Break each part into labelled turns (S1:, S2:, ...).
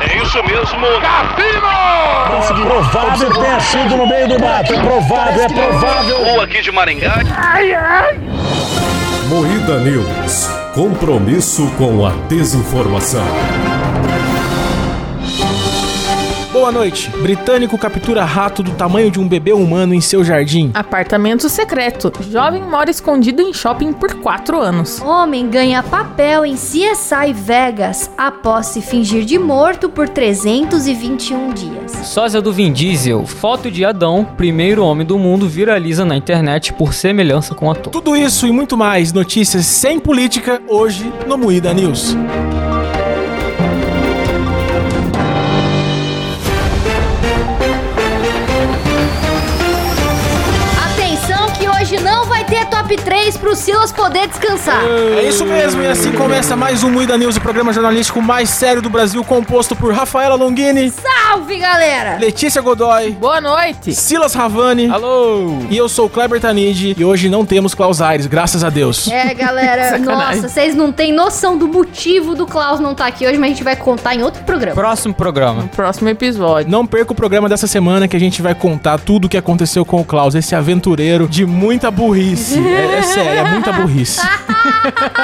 S1: É Isso mesmo.
S2: Cassino! Provável ter sido no meio do mato. É provável, é provável.
S1: Ou aqui de Maringá.
S3: Moída News. Compromisso com a desinformação.
S4: Boa noite. Britânico captura rato do tamanho de um bebê humano em seu jardim. Ah,
S5: Apartamento secreto. Jovem mora escondido em shopping por 4 anos.
S6: Homem ganha papel em CSI Vegas após se fingir de morto por 321 dias.
S7: Sósia do Vin Diesel, foto de Adão, primeiro homem do mundo, viraliza na internet por semelhança com o ator.
S4: Tudo isso e muito mais notícias sem política hoje no Moída News.
S6: Atenção que hoje não vai ter top 3 pro Silas poder descansar.
S4: É isso mesmo, e assim começa mais um Moída News, o programa jornalístico mais sério do Brasil, composto por Rafaela Longini,
S6: Salve, galera!
S4: Letícia Godoy,
S5: Boa noite.
S4: Silas Ravani
S7: Alô!
S4: e eu sou o Kleber Tanid e hoje não temos Klaus Aires, graças a Deus.
S6: É, galera,
S5: Sacanagem.
S6: nossa, vocês não têm noção do motivo do Klaus não estar aqui hoje, mas a gente vai contar em outro programa.
S7: Próximo programa.
S5: No próximo episódio.
S4: Não perca o programa dessa semana que a gente vai contar tudo o que aconteceu com o Klaus, esse aventureiro de muita burrice. É, é sério, é muita burrice.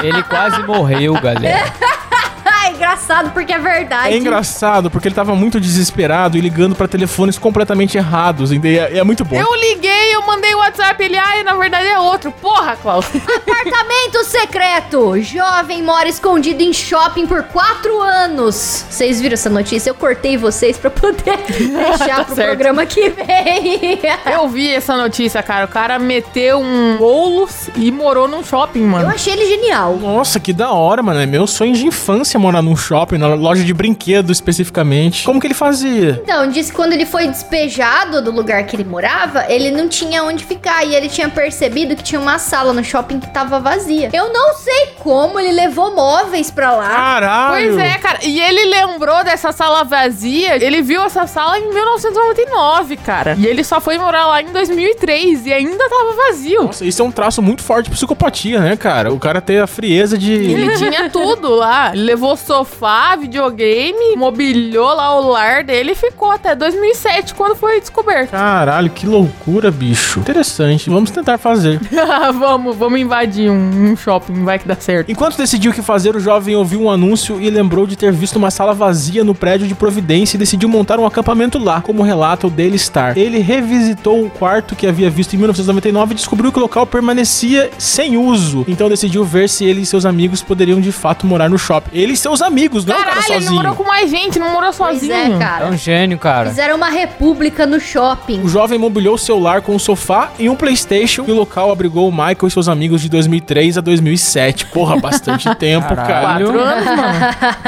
S7: Ele quase morreu, galera.
S6: Ah, é engraçado porque é verdade.
S4: É engraçado porque ele tava muito desesperado e ligando pra telefones completamente errados. E é, é muito bom.
S5: Eu liguei, eu mandei o WhatsApp, ele, ai, na verdade é outro. Porra, Klaus.
S6: Apartamento secreto! Jovem mora escondido em shopping por quatro anos. Vocês viram essa notícia? Eu cortei vocês pra poder deixar
S5: Tá
S6: pro
S5: certo.
S6: programa que vem.
S5: Eu vi essa notícia, cara. O cara meteu um bolos e morou num shopping,
S6: Eu
S5: mano.
S6: achei ele genial.
S4: Nossa, que da hora, mano. É meu sonho de infância morar num shopping, na loja de brinquedo especificamente. Como que ele fazia?
S6: Então, disse que quando ele foi despejado do lugar que ele morava, ele não tinha onde ficar e ele tinha percebido que tinha uma sala no shopping que tava vazia. Eu não sei como ele levou móveis pra lá.
S4: Caralho!
S5: Pois é, cara. E ele lembrou dessa sala vazia. Ele viu essa sala em 1999, cara. E ele só foi morar lá em 2003 e ainda tava vazio.
S4: Nossa, isso é um traço muito forte de psicopatia, né, cara? O cara ter a frieza de.
S5: Ele tinha tudo lá. Ele levou sofá, videogame, mobiliou lá o lar dele e ficou até 2007, quando foi descoberto.
S4: Caralho, que loucura, bicho. Interessante. Vamos tentar fazer.
S5: vamos, vamos invadir um, um shopping, vai que dá certo.
S4: Enquanto decidiu o que fazer, o jovem ouviu um anúncio e lembrou de ter visto uma sala vazia no prédio de Providência e decidiu montar um acampamento lá, como relata o Daily Star. Ele revisitou o quarto que havia visto em 1999 e descobriu que o local permanecia sem uso. Então decidiu ver se ele e seus amigos poderiam de fato morar no shopping. Ele e seus amigos, não o cara
S5: Caralho, ele não
S4: sozinho.
S5: morou com mais gente, não morou
S6: Pois
S5: sozinho. Então
S6: é,
S7: É
S6: cara.
S7: um gênio, cara.
S6: Fizeram uma república no shopping.
S4: O jovem mobiliou seu lar com um sofá e um Playstation e o local abrigou o Michael e seus amigos de 2003 a 2007. Porra, bastante tempo, cara.
S7: Caralho.
S5: Quatro anos, mano. Ah.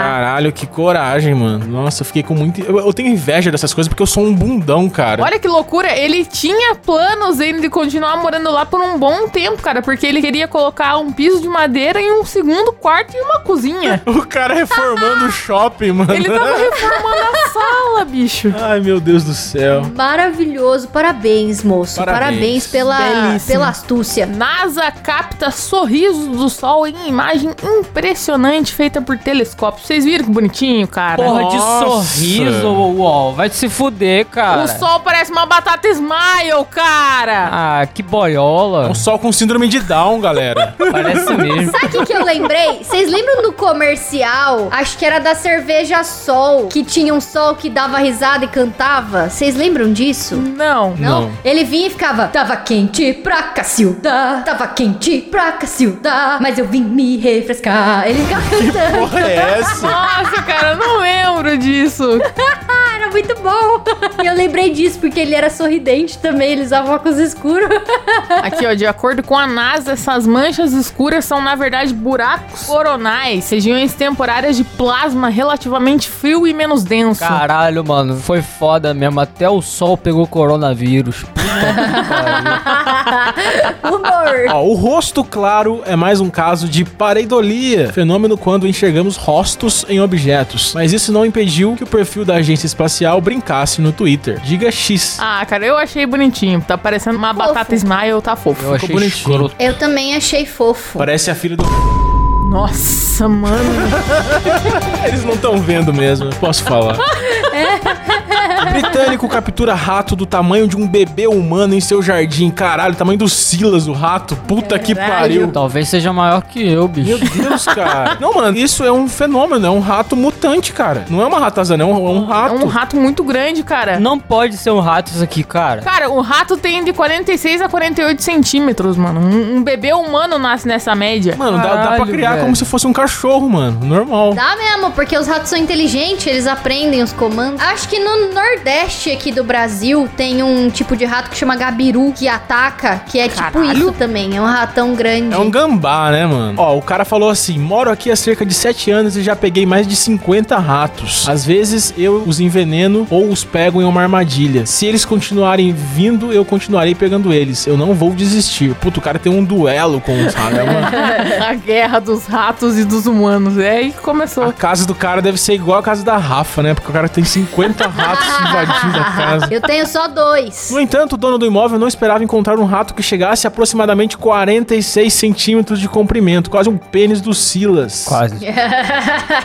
S4: Caralho, que coragem, mano. Nossa, eu fiquei com muito. Eu, eu tenho inveja dessas coisas porque eu sou um bundão, cara.
S5: Olha que loucura. Ele tinha planos ainda de continuar morando lá por um bom tempo, cara. Porque ele queria colocar um piso de madeira e um segundo quarto e uma cozinha.
S4: O cara reformando o shopping, mano.
S5: Ele tava reformando a sala, bicho.
S4: Ai, meu Deus do céu.
S6: Maravilhoso, parabéns, moço.
S4: Parabéns.
S6: Parabéns, pela,
S5: Belíssimo.
S6: pela astúcia.
S5: NASA capta sorriso do sol em imagem impressionante feita por telescópio. Vocês viram que bonitinho, cara?
S7: Porra
S4: Nossa.
S7: de sorriso, uol. Vai se fuder, cara.
S5: o sol parece uma batata smile, cara.
S7: Ah, que boiola.
S4: Um sol com síndrome de Down, galera.
S7: Parece mesmo.
S6: Sabe o que, que eu lembrei? Vocês lembram do comercial? Acho que era da cerveja Sol, que tinha um sol que dava risada e cantava. Vocês lembram disso?
S5: Não.
S4: Não.
S6: Ele vinha e ficava, tava quente pra Cacilda, tava quente pra Cacilda, mas eu vim me refrescar. Ele ficava cantando.
S4: Porra, é essa?
S5: Nossa, cara, eu não lembro disso.
S6: Ah, era muito bom. E eu lembrei disso porque ele era sorridente também, ele usava óculos escuros.
S5: Aqui, ó, de acordo com a NASA, essas manchas escuras são, na verdade, buracos coronais, regiões temporárias de plasma relativamente frio e menos denso.
S7: Caralho, mano. Foi foda mesmo. Até o sol pegou coronavírus. Puta que pariu.
S6: Humor.
S4: Ó, o rosto claro é mais um caso de pareidolia, fenômeno quando enxergamos rostos em objetos. Mas isso não impediu que o perfil da agência espacial brincasse no Twitter. Diga X.
S5: Ah, cara, eu achei bonitinho. Tá parecendo uma batata smile, tá fofo.
S7: Eu achei
S4: bonitinho.
S7: escroto.
S6: Eu também achei fofo.
S4: Parece a filha do.
S5: Nossa, mano.
S4: Eles não estão vendo mesmo, eu posso falar. Britânico captura rato do tamanho de um bebê humano em seu jardim. Caralho, tamanho do Silas, o rato. Puta que pariu.
S5: Caralho.
S7: Talvez seja maior que eu, bicho.
S4: Meu Deus, cara. Não, mano, isso é um fenômeno, é um rato mutante, cara. Não é uma ratazana, é um, é um
S5: É
S4: rato.
S5: um rato muito grande, cara.
S7: Não pode ser um rato isso aqui, cara.
S5: Cara, o rato tem de 46 a 48 centímetros, mano. Um, um bebê humano nasce nessa média.
S4: Mano, dá- dá, pra
S7: Caralho,
S4: criar
S7: velho.
S4: como se fosse um cachorro, mano. Normal.
S6: Dá mesmo, porque os ratos são inteligentes, eles aprendem os comandos. Acho que no Nordeste aqui do Brasil tem um tipo de rato que chama gabiru, que ataca, que é
S5: Caralho.
S6: tipo isso também. É um ratão grande.
S4: É um gambá, né, mano? Ó, o cara falou assim: moro aqui há cerca de 7 anos e já peguei mais de 50 ratos. Às vezes eu os enveneno ou os pego em uma armadilha. Se eles continuarem vindo, eu continuarei pegando eles. Eu não vou desistir. Puto, o cara tem um duelo com os ratos. É uma-
S5: a guerra dos ratos e dos humanos. É aí que
S4: A
S5: começou.
S4: casa do cara deve ser igual a casa da Rafa, né? Porque o cara tem 50 ratos invadindo a casa.
S6: Eu tenho só dois.
S4: No entanto, o dono do imóvel não esperava encontrar um rato que chegasse a aproximadamente 46 centímetros de comprimento, quase um pênis do Silas.
S7: Quase.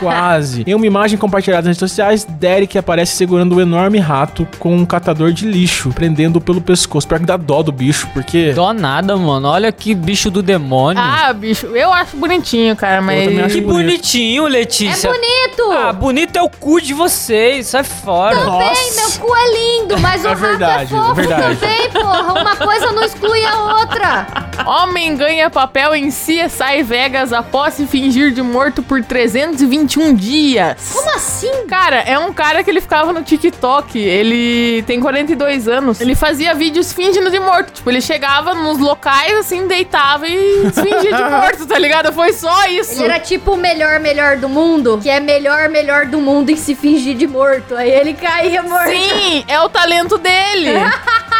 S4: Quase. Em uma imagem compartilhada nas redes sociais, Derek aparece segurando um enorme rato com um catador de lixo, prendendo-o pelo pescoço. Pior que dá dó do bicho, porque.
S7: Dó nada, mano. Olha que bicho do demônio.
S5: Ah, bicho, eu acho bonitinho, cara, mas.
S4: também acho
S7: que bonitinho,
S6: É
S7: Letícia.
S6: bonito!
S7: Ah, bonito é o cu de vocês. Sai fora.
S6: Também, meu cu é lindo, mas
S4: É
S6: o rato
S4: verdade,
S6: é fofo
S4: verdade.
S6: também, porra. Uma coisa não exclui a outra.
S5: Homem ganha papel em CSI Vegas após se fingir de morto por 321 dias.
S6: Como assim?
S5: Cara, é um cara que ele ficava no TikTok. Ele tem 42 anos. Ele fazia vídeos fingindo de morto. Tipo, ele chegava nos locais, assim, deitava e se fingia de morto, tá ligado? Foi só isso.
S6: Ele era tipo o melhor, melhor do mundo, que é melhor, melhor do mundo em se fingir de morto. Aí ele caía morto.
S5: Sim, é o talento dele.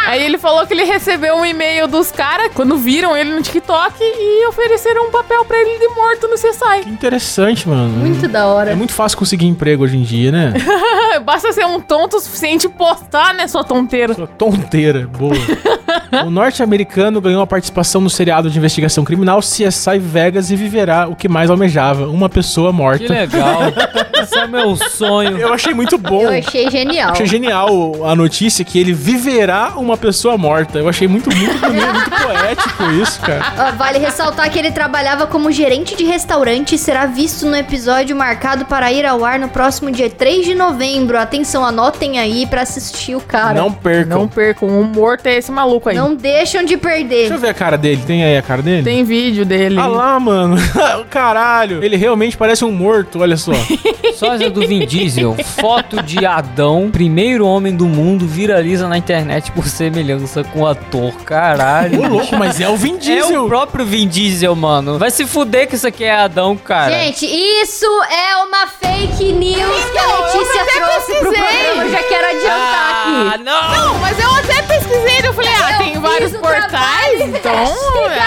S5: Aí ele falou que ele recebeu um e-mail dos caras quando viram ele no TikTok e ofereceram um papel pra ele de morto no CSI.
S4: Que interessante, mano.
S6: Muito da hora.
S4: É muito fácil conseguir emprego hoje em dia, né?
S5: Basta ser um tonto o suficiente e postar, né, sua tonteira.
S4: Sua tonteira, boa. o norte-americano ganhou a participação no seriado de investigação criminal CSI Vegas e viverá o que mais almejava, uma pessoa morta.
S7: Que legal. Esse é meu sonho.
S4: Eu achei muito bom.
S6: Eu achei genial.
S4: Achei genial a notícia que ele viverá uma pessoa morta. Eu achei muito, muito bonito, muito poético isso, cara.
S6: Ó, Vale ressaltar que ele trabalhava como gerente de restaurante e será visto no episódio marcado para ir ao ar no próximo dia 3 de novembro. Atenção, anotem aí pra assistir o cara.
S4: não percam.
S5: Não percam, o morto é esse maluco aí.
S6: Não deixam de perder.
S4: Deixa eu ver a cara dele. Tem aí a cara dele?
S5: Tem vídeo dele.
S4: Ah lá, mano. Caralho. Ele realmente parece um morto, olha só.
S7: Sósia do Vin Diesel. Foto de Adão, primeiro homem do mundo, viraliza na internet por semelhança com o ator. Caralho.
S4: Ô, louco, mas é o Vin
S7: É o
S4: Diesel.
S7: próprio Vin Diesel, mano. Vai se fuder que isso aqui é Adão, cara.
S6: Gente, isso é uma fake news que a Letícia trouxe pro programa. Eu já quero adiantar
S7: ah,
S6: então tá aqui.
S7: não!
S5: Não, mas eu até pesquisei, daí eu falei, ah,
S6: Eu
S5: tem
S6: fiz
S5: vários
S6: o
S5: portais,
S6: trabalho
S5: então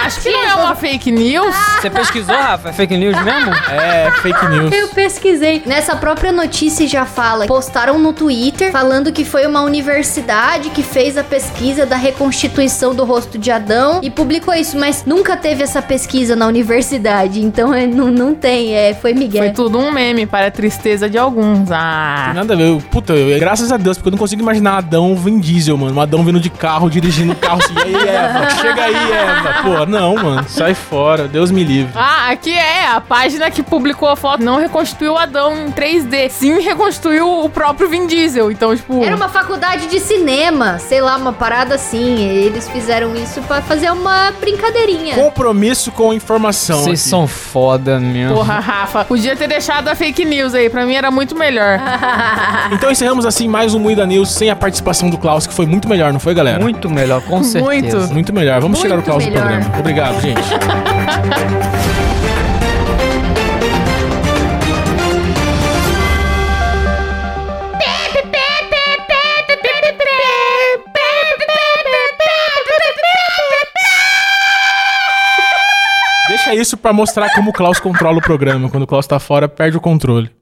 S5: acho que não é uma fake news.
S7: Você pesquisou, Rafa? É fake news mesmo?
S4: É, fake news.
S6: Eu pesquisei. Nessa própria notícia já fala. Postaram no Twitter falando que foi uma universidade que fez a pesquisa da reconstituição do rosto de Adão e publicou isso, mas nunca teve essa pesquisa na universidade. Então é, não, não tem, é, foi
S5: Foi
S6: Miguel.
S5: tudo um meme para a tristeza de alguns. Ah.
S4: Nada a ver. Eu- Puta, eu- é, graças a Deus, porque eu não consigo imaginar Adão Vin Diesel, mano. Um Adão vindo de carro, dirigindo o carro assim. E aí, Eva? Chega aí, Eva. Pô, não, mano. Sai fora. Deus me livre.
S5: Ah, aqui é a página que publicou a foto. Não reconstruiu Adão em 3D. Sim, reconstruiu o próprio Vin Diesel. Então, tipo.
S6: Era uma faculdade de cinema, sei lá, uma parada assim. Eles fizeram isso pra fazer uma brincadeirinha.
S4: Compromisso com a informação.
S7: Vocês
S4: aqui.
S7: são foda, meu.
S5: Porra, Rafa. Podia ter deixado a fake news aí. Pra mim era muito melhor.
S4: Então encerramos assim mais um Muida News sem a participação do Klaus, que foi muito melhor, não foi, galera?
S7: Muito melhor, com certeza.
S5: Muito.
S4: Muito melhor. Vamos
S6: Muito
S4: chegar no Klaus do
S6: melhor.
S4: programa. Obrigado, gente. Deixa isso pra mostrar como o Klaus controla o programa. Quando o Klaus tá fora, perde o controle.